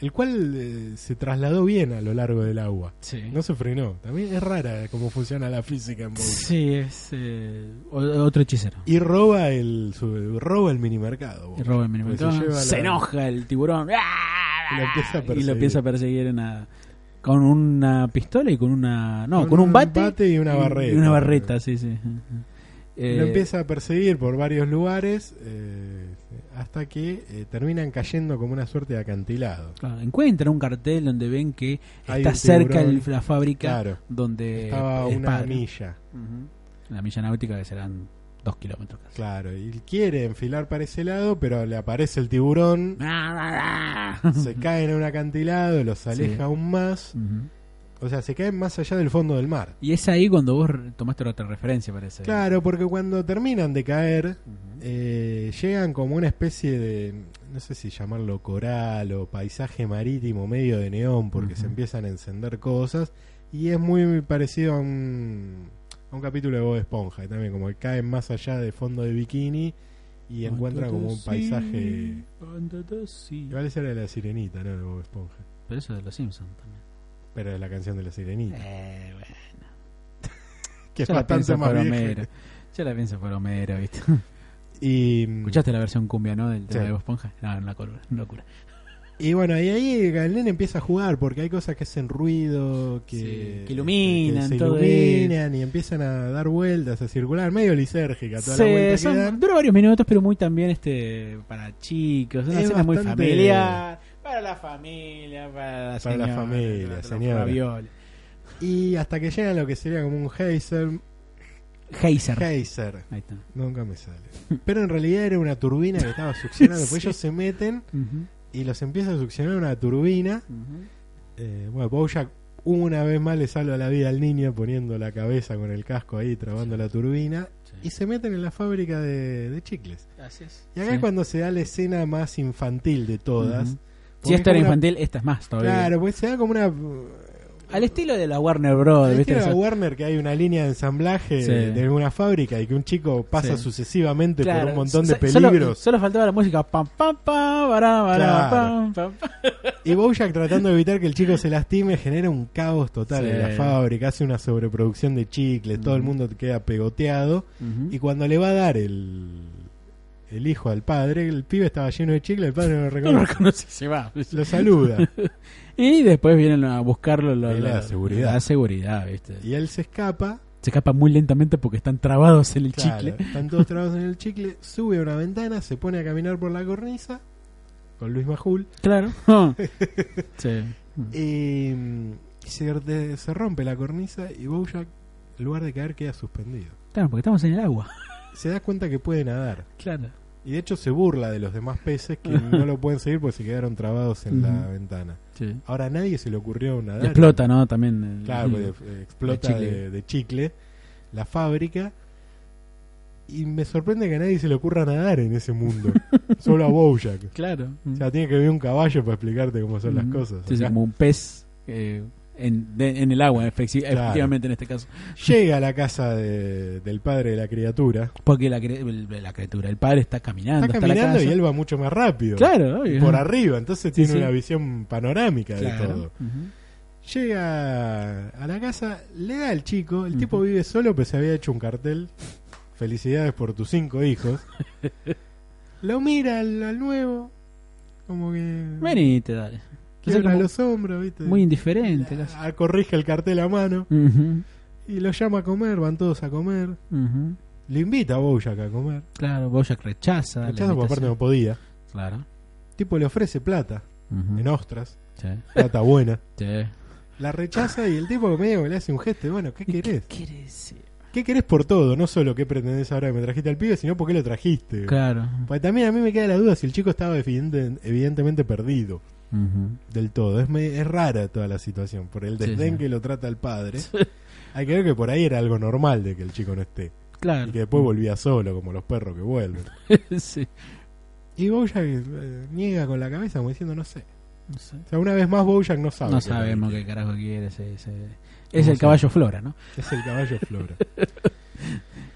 Speaker 1: El cual eh, se trasladó bien a lo largo del agua.
Speaker 2: Sí.
Speaker 1: No se frenó. También es rara cómo funciona la física en Bowie.
Speaker 2: Sí, es eh, o- otro hechicero.
Speaker 1: Y roba el su- roba el minimercado. Bowie.
Speaker 2: Y roba el mini
Speaker 1: Pues se
Speaker 2: mercado.
Speaker 1: lleva
Speaker 2: Se,
Speaker 1: la-
Speaker 2: enoja el tiburón. ¡Ah!
Speaker 1: Y lo empieza a
Speaker 2: Y
Speaker 1: perseguir.
Speaker 2: lo empieza a perseguir en la- con una pistola y con una. No, con, un, bate.
Speaker 1: y una barreta.
Speaker 2: Y una barreta, sí, sí. Eh,
Speaker 1: Lo empieza a perseguir por varios lugares eh, hasta que eh, terminan cayendo como una suerte de acantilado.
Speaker 2: claro, encuentran un cartel donde ven que
Speaker 1: Hay
Speaker 2: está
Speaker 1: un
Speaker 2: cerca
Speaker 1: tiburón.
Speaker 2: el- la fábrica
Speaker 1: Claro.
Speaker 2: donde
Speaker 1: Estaba a una
Speaker 2: disparan.
Speaker 1: milla,
Speaker 2: Ujú. La milla náutica que serán dos kilómetros
Speaker 1: [laughs]
Speaker 2: casi.
Speaker 1: claro. Y quiere enfilar para ese lado, pero le aparece el
Speaker 2: [laughs]
Speaker 1: tiburón, se caen a un acantilado, los aleja
Speaker 2: Sí.
Speaker 1: aún más.
Speaker 2: Ujú.
Speaker 1: O sea, se caen más allá del fondo del mar.
Speaker 2: Y es ahí cuando vos re- tomaste otra referencia, parece.
Speaker 1: Claro, porque cuando terminan de caer,
Speaker 2: Ujú.
Speaker 1: eh, llegan como una especie de, no sé si llamarlo coral o paisaje marítimo medio de neón, porque
Speaker 2: Ujú.
Speaker 1: se empiezan a encender cosas, y es muy parecido a un, a un capítulo de Bob Esponja, que también como que caen más allá de fondo de bikini y encuentran como un paisaje... Igual esa era de la sirenita, ¿no? De Bob Esponja,
Speaker 2: Pero eso de los Simpsons también.
Speaker 1: pero de la canción de la sirenita,
Speaker 2: Eh, bueno.
Speaker 1: que es
Speaker 2: ya la
Speaker 1: bastante
Speaker 2: pienso
Speaker 1: más
Speaker 2: por
Speaker 1: vieja.
Speaker 2: Homero. Ya la pienso por Homero,
Speaker 1: [laughs]
Speaker 2: ¿viste?
Speaker 1: Y, mm,
Speaker 2: ¿Escuchaste la versión cumbia, no? Del tema
Speaker 1: Sí.
Speaker 2: de Bob Esponja. No, una col- una locura.
Speaker 1: Y bueno, y ahí el nene empieza a jugar porque hay cosas que hacen ruido, que,
Speaker 2: Sí, que iluminan,
Speaker 1: se
Speaker 2: todo
Speaker 1: iluminan y empiezan a dar vueltas, a circular, medio lisérgica toda la
Speaker 2: Sí,
Speaker 1: vuelta que
Speaker 2: son,
Speaker 1: dan.
Speaker 2: dura varios minutos, pero muy también este para chicos. Una
Speaker 1: Es
Speaker 2: escena muy
Speaker 1: bastante-
Speaker 2: familiar. Para la familia, para la
Speaker 1: Para la
Speaker 2: señora.
Speaker 1: familia,
Speaker 2: los
Speaker 1: señora.
Speaker 2: ravioles.
Speaker 1: Y hasta que llegan a lo que sería como un geyser.
Speaker 2: Heiser.
Speaker 1: Geyser,
Speaker 2: Ahí está.
Speaker 1: nunca me sale.
Speaker 2: [laughs]
Speaker 1: Pero en realidad era una turbina que estaba succionando, porque ellos se meten
Speaker 2: Ujú,
Speaker 1: y los empieza a succionar una turbina.
Speaker 2: ujú.
Speaker 1: Eh, bueno, Bojack una vez más le salva la vida al niño poniendo la cabeza con el casco ahí, trabando la turbina. Y
Speaker 2: Sí.
Speaker 1: se meten en la fábrica de- de chicles. Y acá
Speaker 2: Sí.
Speaker 1: es cuando se da la escena más infantil de todas.
Speaker 2: Ujú.
Speaker 1: Porque
Speaker 2: Si esta
Speaker 1: es
Speaker 2: era
Speaker 1: como una-
Speaker 2: infantil, esta es más todavía.
Speaker 1: Claro, pues se da como una.
Speaker 2: Al estilo de la Warner Bros.
Speaker 1: Al
Speaker 2: ¿viste?
Speaker 1: estilo de
Speaker 2: Esa-
Speaker 1: Warner que hay una línea de ensamblaje
Speaker 2: Sí.
Speaker 1: de alguna fábrica y que un chico pasa
Speaker 2: Sí.
Speaker 1: sucesivamente por
Speaker 2: Claro,
Speaker 1: un montón de
Speaker 2: so- solo-
Speaker 1: peligros.
Speaker 2: Solo, faltaba la música. Pam, pam, pam, bará, bará,
Speaker 1: Claro.
Speaker 2: pam, pam, pam.
Speaker 1: Y Bojack tratando de evitar que el chico se lastime genera un caos total
Speaker 2: Sí.
Speaker 1: en la fábrica, hace una sobreproducción de chicles, todo el
Speaker 2: Ujú.
Speaker 1: mundo queda pegoteado.
Speaker 2: Ujú.
Speaker 1: Y cuando le va a dar el, el hijo al padre, el pibe estaba lleno de chicles, el padre no
Speaker 2: [laughs]
Speaker 1: lo
Speaker 2: No lo
Speaker 1: reconoce.
Speaker 2: reconoce, se va.
Speaker 1: Lo saluda.
Speaker 2: Y después vienen a buscarlo lo-
Speaker 1: Y la
Speaker 2: lo-
Speaker 1: seguridad.
Speaker 2: La seguridad, ¿viste?
Speaker 1: Y él se escapa
Speaker 2: se escapa muy lentamente porque están trabados en el
Speaker 1: Claro,
Speaker 2: chicle.
Speaker 1: Están todos trabados en el chicle, sube a una ventana, se pone a caminar por la cornisa con Luis Majul
Speaker 2: Claro. [laughs] sí.
Speaker 1: y mm, se, de- se rompe la cornisa y Bojack, en lugar de caer, queda suspendido.
Speaker 2: Claro, porque estamos en el agua.
Speaker 1: Se da cuenta que puede nadar
Speaker 2: Claro.
Speaker 1: y de hecho se burla de los demás peces
Speaker 2: [laughs]
Speaker 1: que no lo pueden seguir porque se quedaron trabados en la
Speaker 2: Ujú.
Speaker 1: ventana.
Speaker 2: Sí.
Speaker 1: Ahora a nadie se le ocurrió nadar.
Speaker 2: Y explota, ¿no? También. el-
Speaker 1: Claro,
Speaker 2: el-
Speaker 1: porque, eh, explota de
Speaker 2: chicle.
Speaker 1: de chicle. la fábrica. Y me sorprende que a nadie se le ocurra nadar en ese
Speaker 2: [laughs]
Speaker 1: mundo. Solo a Bojack.
Speaker 2: Claro.
Speaker 1: O sea, tiene que ver un caballo para explicarte cómo son las
Speaker 2: Ujú.
Speaker 1: cosas.
Speaker 2: Sí, sí,
Speaker 1: Acá
Speaker 2: como un pez eh, en, de- en el agua, efecti-
Speaker 1: Claro.
Speaker 2: efectivamente en este caso.
Speaker 1: Llega a la casa de- del padre de la criatura.
Speaker 2: Porque la, cri- el- la criatura, el padre está caminando.
Speaker 1: Está caminando
Speaker 2: hasta la
Speaker 1: y
Speaker 2: casa.
Speaker 1: él va mucho más rápido.
Speaker 2: Claro, obvio.
Speaker 1: Por arriba, entonces
Speaker 2: Sí,
Speaker 1: tiene
Speaker 2: sí.
Speaker 1: una visión panorámica de
Speaker 2: Claro.
Speaker 1: todo.
Speaker 2: Ujú.
Speaker 1: Llega a la casa, le da al chico, el
Speaker 2: Ujú.
Speaker 1: tipo vive solo, pero se había hecho un cartel. Felicidades por tus cinco
Speaker 2: [laughs]
Speaker 1: hijos. Lo mira al, al nuevo, como que
Speaker 2: Venite, dale. Entonces,
Speaker 1: quiebra
Speaker 2: como
Speaker 1: los hombros, ¿viste?
Speaker 2: muy indiferente. casi.
Speaker 1: Ah, corrige el cartel a mano
Speaker 2: Ujú,
Speaker 1: y lo llama a comer, van todos a comer.
Speaker 2: ujú.
Speaker 1: Lo invita a Bojack a comer.
Speaker 2: Claro, Bojack rechaza. Ah, la
Speaker 1: Rechaza porque aparte
Speaker 2: invitación.
Speaker 1: no podía.
Speaker 2: Claro.
Speaker 1: El tipo le ofrece plata
Speaker 2: Ujú.
Speaker 1: en ostras,
Speaker 2: Sí,
Speaker 1: plata buena.
Speaker 2: sí.
Speaker 1: La rechaza y el tipo medio que le hace un gesto. Bueno, ¿qué querés?
Speaker 2: ¿Qué quiere decir?
Speaker 1: ¿Qué querés por todo? No solo qué pretendés ahora que me trajiste al pibe, sino por qué lo trajiste.
Speaker 2: Claro.
Speaker 1: Porque también a mí me queda la duda si el chico estaba evidente- evidentemente perdido
Speaker 2: Ujú.
Speaker 1: del todo. Es, me- es rara toda la situación, por el
Speaker 2: Sí,
Speaker 1: desdén
Speaker 2: sí.
Speaker 1: que lo trata el padre. Hay que ver que por ahí era algo normal de que el chico no esté.
Speaker 2: Claro.
Speaker 1: Y que después volvía solo, como los perros que vuelven.
Speaker 2: [laughs] sí.
Speaker 1: Y Bojack eh, niega con la cabeza como diciendo no sé.
Speaker 2: No, sé.
Speaker 1: O sea, una vez más Bojack no sabe.
Speaker 2: No
Speaker 1: qué es lo Ah, que
Speaker 2: sabemos
Speaker 1: quiere.
Speaker 2: qué carajo quiere. ese- ese- Es
Speaker 1: sabe?
Speaker 2: el caballo Flora, ¿no?
Speaker 1: Es el caballo
Speaker 2: [laughs]
Speaker 1: Flora.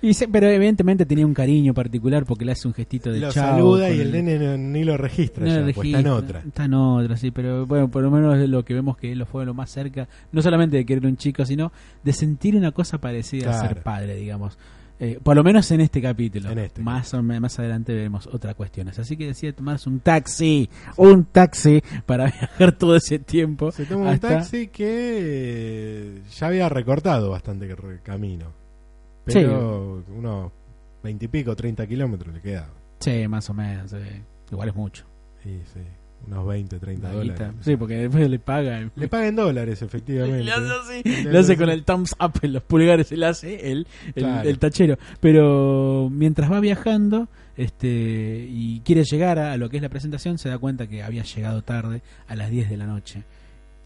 Speaker 2: Y se- pero evidentemente tenía un cariño particular porque le hace un gestito de
Speaker 1: lo
Speaker 2: chao
Speaker 1: saluda
Speaker 2: con
Speaker 1: y el nene no- ni lo registra.
Speaker 2: No lo
Speaker 1: ya, pues, está en
Speaker 2: registra.
Speaker 1: otra.
Speaker 2: Está en otra, sí, pero bueno, por lo menos es lo que vemos que él lo fue lo más cerca, no solamente de querer un chico, sino de sentir una cosa parecida a
Speaker 1: Claro.
Speaker 2: ser padre, digamos. Eh, por lo menos en este capítulo.
Speaker 1: En este.
Speaker 2: Más, o me- más adelante veremos otras cuestiones. Así que decide tomarse un taxi, un taxi, para [laughs] viajar todo ese tiempo.
Speaker 1: Se toma un
Speaker 2: hasta-
Speaker 1: taxi que eh, ya había recortado bastante que re- camino. Pero unos veintipico, treinta kilómetros le quedaba.
Speaker 2: Sí, más o menos. sí. Igual es mucho.
Speaker 1: Sí, sí, Unos 20, 30
Speaker 2: Ahí está.
Speaker 1: dólares.
Speaker 2: Sí, porque después le paga.
Speaker 1: Le pagan dólares, efectivamente.
Speaker 2: Le hace así.
Speaker 1: Le
Speaker 2: Le hace
Speaker 1: hace
Speaker 2: con el thumbs up en los pulgares, le hace el, el,
Speaker 1: Claro.
Speaker 2: el tachero. Pero mientras va viajando este y quiere llegar a, a lo que es la presentación, se da cuenta que había llegado tarde a las 10 de la noche.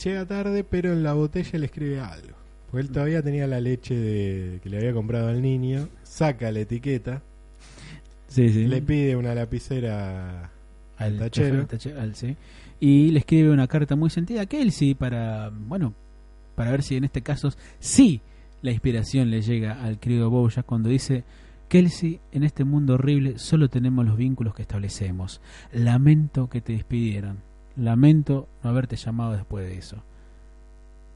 Speaker 1: Llega tarde, pero en la botella le escribe algo. Porque él todavía tenía la leche de- que le había comprado al niño. Saca la etiqueta.
Speaker 2: Sí, sí.
Speaker 1: Le pide una lapicera.
Speaker 2: al
Speaker 1: tachero.
Speaker 2: chofer, tache- al- sí. Y le escribe una carta muy sentida que él sí, para, bueno, para ver si en este caso sí la inspiración le llega al querido Bojack cuando dice Kelsey, en este mundo horrible solo tenemos los vínculos que establecemos. Lamento que te despidieran. Lamento no haberte llamado después de eso.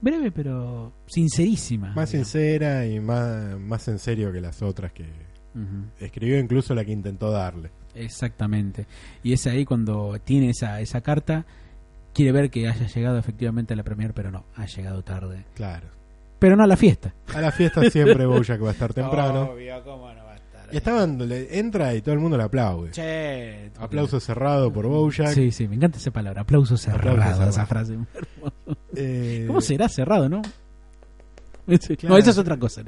Speaker 2: Breve pero sincerísima.
Speaker 1: Más
Speaker 2: digamos.
Speaker 1: sincera y más, más en serio que las otras que
Speaker 2: Ujú.
Speaker 1: escribió, incluso la que intentó darle.
Speaker 2: Exactamente. Y es ahí cuando tiene esa, esa carta, quiere ver que haya llegado efectivamente a la premier, pero no, ha llegado tarde.
Speaker 1: Claro.
Speaker 2: Pero no a la fiesta.
Speaker 1: A la fiesta
Speaker 2: [laughs]
Speaker 1: siempre Bojack va a estar temprano.
Speaker 2: Obvio, cómo no va a estar.
Speaker 1: Y estaban, le- entra y todo el mundo le aplaude.
Speaker 2: Che, tú-
Speaker 1: Aplauso cerrado por Bojack.
Speaker 2: Sí, sí, me encanta esa palabra, aplauso cerrado,
Speaker 1: Aplauso cerrado.
Speaker 2: esa frase.
Speaker 1: Eh,
Speaker 2: ¿Cómo será cerrado, no? Ese-
Speaker 1: Claro.
Speaker 2: No, eso es otra cosa.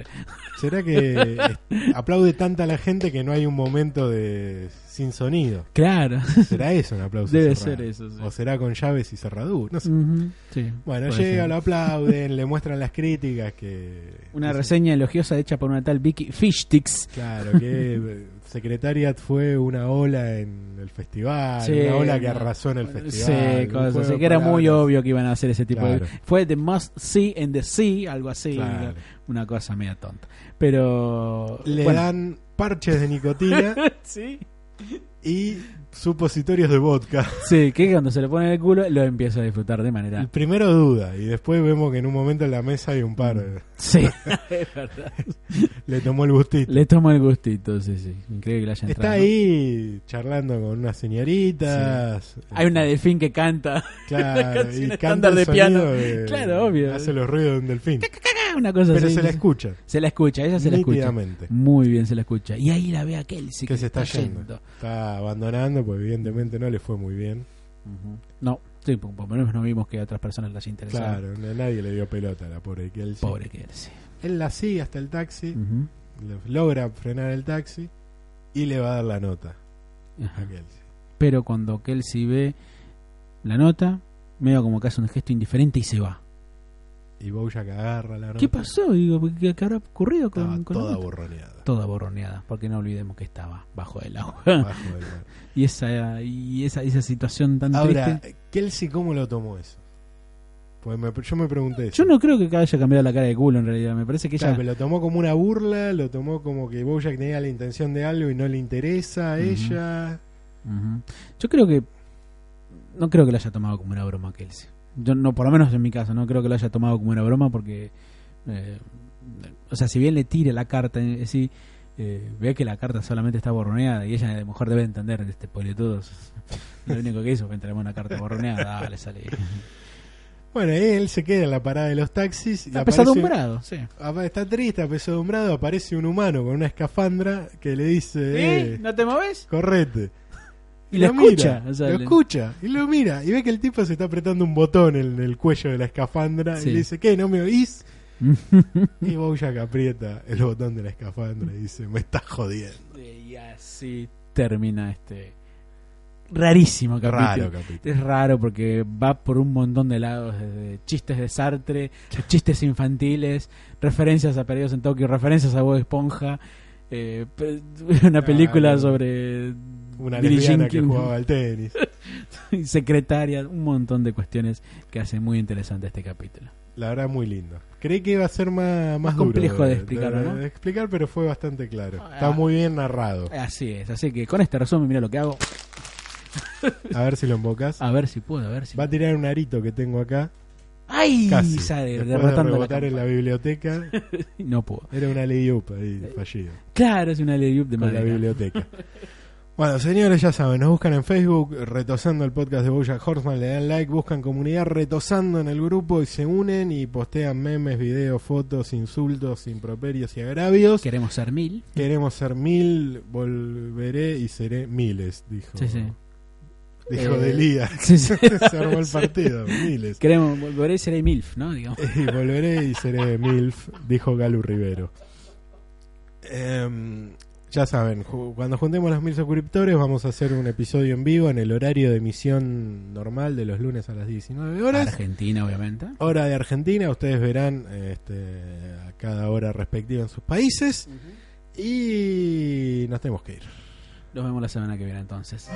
Speaker 1: ¿Será que eh, aplaude tanta la gente que no hay un momento de sin sonido? [laughs]
Speaker 2: Claro.
Speaker 1: ¿Será eso un aplauso
Speaker 2: Debe
Speaker 1: cerrado?
Speaker 2: ser eso, sí.
Speaker 1: ¿O será con llaves y cerradura? No sé.
Speaker 2: Ujú, sí,
Speaker 1: Bueno,
Speaker 2: puede
Speaker 1: llega,
Speaker 2: ser.
Speaker 1: lo
Speaker 2: [laughs]
Speaker 1: aplauden, le muestran las críticas que...
Speaker 2: Una
Speaker 1: dicen,
Speaker 2: reseña elogiosa hecha por una tal Vicky Fishtix.
Speaker 1: Claro, que eh, Secretariat fue una ola en el festival,
Speaker 2: Sí,
Speaker 1: una ola que
Speaker 2: una-
Speaker 1: arrasó en el festival. un
Speaker 2: Sí, cosas
Speaker 1: juego
Speaker 2: así,
Speaker 1: de
Speaker 2: que era muy
Speaker 1: palabras.
Speaker 2: obvio que iban a hacer ese tipo de...
Speaker 1: Claro.
Speaker 2: Fue The Must See and the Sea, algo así,
Speaker 1: Claro.
Speaker 2: una cosa media tonta. Pero...
Speaker 1: Le
Speaker 2: bueno,
Speaker 1: dan parches de
Speaker 2: [laughs]
Speaker 1: nicotina
Speaker 2: Sí,
Speaker 1: y supositorios de vodka.
Speaker 2: sí, que cuando se le pone en el culo lo empieza a disfrutar de manera...
Speaker 1: El primero duda y después vemos que en un momento en la mesa hay un
Speaker 2: Mm.
Speaker 1: par. eh, [laughs]
Speaker 2: Sí, es verdad.
Speaker 1: Le tomó el gustito.
Speaker 2: Le toma el gustito, sí, sí. Increíble que le haya entrado.
Speaker 1: Está
Speaker 2: ¿no?
Speaker 1: ahí charlando con unas señoritas.
Speaker 2: Hay una delfín que canta. [laughs]
Speaker 1: Claro,
Speaker 2: canción
Speaker 1: y
Speaker 2: estándar
Speaker 1: canta el
Speaker 2: de piano.
Speaker 1: sonido de-
Speaker 2: Claro, obvio.
Speaker 1: Hace los ruidos de un delfín.
Speaker 2: Ah, una cosa
Speaker 1: Pero
Speaker 2: así.
Speaker 1: se la escucha.
Speaker 2: Se la escucha, ella se la escucha.
Speaker 1: Nítidamente.
Speaker 2: Muy bien se la escucha. Y ahí la ve a Kelsey
Speaker 1: Que se está yendo. Está abandonando, pues evidentemente no le fue muy bien.
Speaker 2: Ujú. No, sí, por por lo menos no vimos que a otras personas las interesaron.
Speaker 1: Claro, a nadie le dio pelota a la pobre Kelsey.
Speaker 2: Pobre Kelsey.
Speaker 1: Él la sigue hasta el taxi,
Speaker 2: Ujú.
Speaker 1: lo- logra frenar el taxi y le va a dar la nota
Speaker 2: Ajá.
Speaker 1: a Kelsey.
Speaker 2: Pero cuando Kelsey ve la nota, medio como que hace un gesto indiferente y se va.
Speaker 1: Y Bojack agarra la nota.
Speaker 2: ¿Qué pasó? Digo, ¿qué, qué habrá ocurrido
Speaker 1: Estaba
Speaker 2: con, con la
Speaker 1: toda
Speaker 2: nota?
Speaker 1: borroneada.
Speaker 2: Toda borroneada, porque no olvidemos que estaba bajo el agua.
Speaker 1: bajo del mar.
Speaker 2: [laughs] y esa y esa, esa situación tan
Speaker 1: Ahora,
Speaker 2: triste.
Speaker 1: Kelsey, ¿cómo lo tomó eso? Pues me- yo me pregunté eso.
Speaker 2: Yo no creo que haya cambiado la cara de culo en realidad. Me parece que ella.
Speaker 1: Claro, pero lo tomó como una burla, lo tomó como que Bojack tenía la intención de algo y no le interesa a
Speaker 2: Ujú.
Speaker 1: ella.
Speaker 2: Ujú. Yo creo que. No creo que la haya tomado como una broma, Kelsey. Yo no, por lo menos en mi caso, no creo que la haya tomado como una broma porque. eh, o sea, si bien le tire la carta, eh, sí, eh, ve que la carta solamente está borroneada y ella, de mujer, debe entender este polietodo. [laughs] Lo único que hizo fue entregarme una carta borroneada.
Speaker 1: [laughs]
Speaker 2: Dale, sale.
Speaker 1: Bueno, él se queda en la parada de los taxis. y
Speaker 2: Está
Speaker 1: aparece-
Speaker 2: pesadumbrado, sí.
Speaker 1: apa- Está triste, apesadumbrado. Aparece un humano con una escafandra que le dice:
Speaker 2: ¿Eh?
Speaker 1: eh,
Speaker 2: ¿No te moves?
Speaker 1: Correte.
Speaker 2: Y la
Speaker 1: lo mira,
Speaker 2: escucha. o sea,
Speaker 1: lo
Speaker 2: le-
Speaker 1: escucha y lo mira. Y ve que el tipo se está apretando un botón en el cuello de la escafandra.
Speaker 2: Sí.
Speaker 1: Y le dice: ¿Qué? ¿No me
Speaker 2: [laughs]
Speaker 1: oís? y Bojack aprieta el botón de la escafandra y dice: Me estás jodiendo.
Speaker 2: Y así termina este rarísimo capítulo.
Speaker 1: Raro, capítulo.
Speaker 2: Es raro porque va por un montón de lados, desde chistes de Sartre, chistes infantiles, referencias a Perdidos en Tokio, referencias a Bob Esponja, eh, pe- [laughs] una película
Speaker 1: Ah, Claro.
Speaker 2: sobre
Speaker 1: Una
Speaker 2: Billie
Speaker 1: lesbiana
Speaker 2: Jean
Speaker 1: que
Speaker 2: King, [laughs]
Speaker 1: jugaba al tenis.
Speaker 2: secretarias, un montón de cuestiones que hacen muy interesante este capítulo.
Speaker 1: La verdad, muy lindo. Creí que iba a ser más, más,
Speaker 2: Más
Speaker 1: duro
Speaker 2: complejo de explicarlo, ¿no?
Speaker 1: de explicar, pero fue bastante claro.
Speaker 2: Ah.
Speaker 1: Está muy bien narrado.
Speaker 2: Así es, así que con este resumen, mira lo que hago,
Speaker 1: A ver si lo embocas.
Speaker 2: a ver si puedo, a ver si
Speaker 1: Va a tirar un arito que tengo acá.
Speaker 2: ¡Ay!
Speaker 1: Casi.
Speaker 2: Sale
Speaker 1: Después de
Speaker 2: derrotando la
Speaker 1: rebotar en la biblioteca.
Speaker 2: campana. No pudo.
Speaker 1: Era una ley up ahí,
Speaker 2: Eh,
Speaker 1: fallido.
Speaker 2: Claro, es una ley de
Speaker 1: Con la
Speaker 2: madera.
Speaker 1: biblioteca. Bueno, señores, ya saben, nos buscan en Facebook, retosando el podcast de Bojack Horseman, le dan like, buscan comunidad retosando en el grupo y se unen y postean memes, videos, fotos, insultos, improperios y agravios.
Speaker 2: Queremos ser mil.
Speaker 1: Queremos ser mil, volveré y seré miles, dijo.
Speaker 2: Sí, sí.
Speaker 1: Dijo
Speaker 2: Eh,
Speaker 1: de Lía.
Speaker 2: Sí, [laughs] sí.
Speaker 1: [laughs] Se armó el partido, miles.
Speaker 2: Queremos, volveré a ser el MILF, ¿no? Digamos.
Speaker 1: [laughs] Y volveré y seré milf, dijo Galu Rivero. Em, ya saben, ju- cuando juntemos los mil suscriptores vamos a hacer un episodio en vivo en el horario de emisión normal de los lunes a las 19 horas.
Speaker 2: Argentina, obviamente.
Speaker 1: Hora de Argentina, ustedes verán este, a cada hora respectiva en sus países. Y nos tenemos que ir.
Speaker 2: Nos vemos la semana que viene entonces.